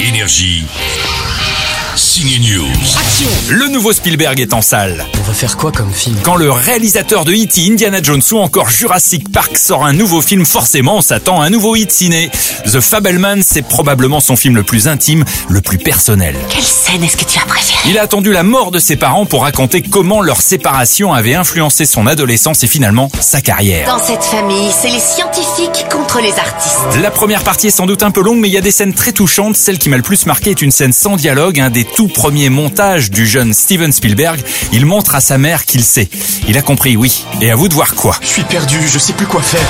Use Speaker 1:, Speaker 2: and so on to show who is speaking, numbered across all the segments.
Speaker 1: Énergie. Signe News.
Speaker 2: Le nouveau Spielberg est en salle.
Speaker 3: On va faire quoi comme film
Speaker 2: Quand le réalisateur de E.T., Indiana Jones ou encore Jurassic Park sort un nouveau film, forcément on s'attend à un nouveau hit ciné. The Fabelman, c'est probablement son film le plus intime, le plus personnel.
Speaker 4: Quelle scène est-ce que tu as préférée
Speaker 2: Il a attendu la mort de ses parents pour raconter comment leur séparation avait influencé son adolescence et finalement sa carrière.
Speaker 4: Dans cette famille, c'est les scientifiques contre les artistes.
Speaker 2: La première partie est sans doute un peu longue, mais il y a des scènes très touchantes. Celle qui m'a le plus marqué est une scène sans dialogue, un des tout premiers montages du jeune Steven Spielberg. Il montre à sa mère qu'il sait. Il a compris, oui. Et à vous de voir quoi.
Speaker 5: Je suis perdu, je sais plus quoi faire.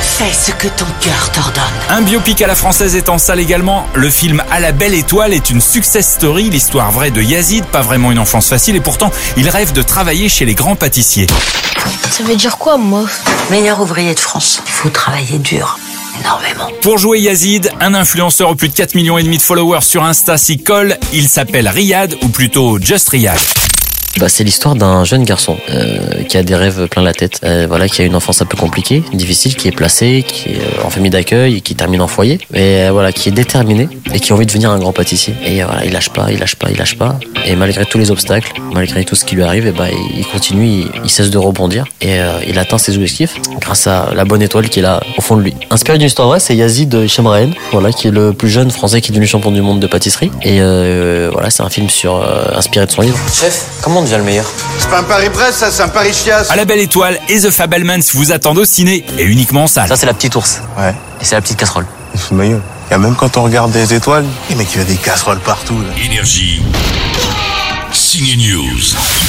Speaker 4: Fais ce que ton cœur t'ordonne.
Speaker 2: Un biopic à la française est en salle également. Le film À la belle étoile est une success story, l'histoire vraie de Yazid, pas vraiment une enfance facile, et pourtant, il rêve de travailler chez les grands pâtissiers.
Speaker 6: Ça veut dire quoi, moi
Speaker 4: Meilleur ouvrier de France. Il faut travailler dur. Énormément.
Speaker 2: Pour jouer Yazid, un influenceur aux plus de 4 millions et demi de followers sur Insta s'y colle. Il s'appelle Riyad, ou plutôt Just Riyad.
Speaker 3: bah, C'est l'histoire d'un jeune garçon euh, qui a des rêves plein la tête, euh, voilà, qui a une enfance un peu compliquée, difficile, qui est placé, qui est euh, en famille d'accueil, et qui termine en foyer, et euh, voilà, qui est déterminé et qui a envie de devenir un grand pâtissier. Et euh, voilà, il lâche pas, il lâche pas, il lâche pas. Et malgré tous les obstacles, malgré tout ce qui lui arrive, et bah, il- il continue, il, il cesse de rebondir et euh, il atteint ses objectifs grâce à la bonne étoile qu'il a au fond de lui. Inspiré d'une histoire vraie, c'est Yazid Chemraen, voilà, qui est le plus jeune français qui est devenu champion du monde de pâtisserie. Et euh, voilà, c'est un film sur euh, inspiré de son livre. Chef, comment on devient le meilleur
Speaker 7: C'est pas un Paris-Brest, ça, c'est un Paris-Chiasse.
Speaker 2: À la belle étoile et The Fabelmans vous attendent au ciné, et uniquement en salle.
Speaker 3: Ça, c'est la petite ours
Speaker 7: Ouais,
Speaker 3: et c'est la petite casserole.
Speaker 7: il fout de ma gueule. Et même quand on regarde des étoiles, les mecs, il y a des casseroles partout, là.
Speaker 1: Énergie. Signe News.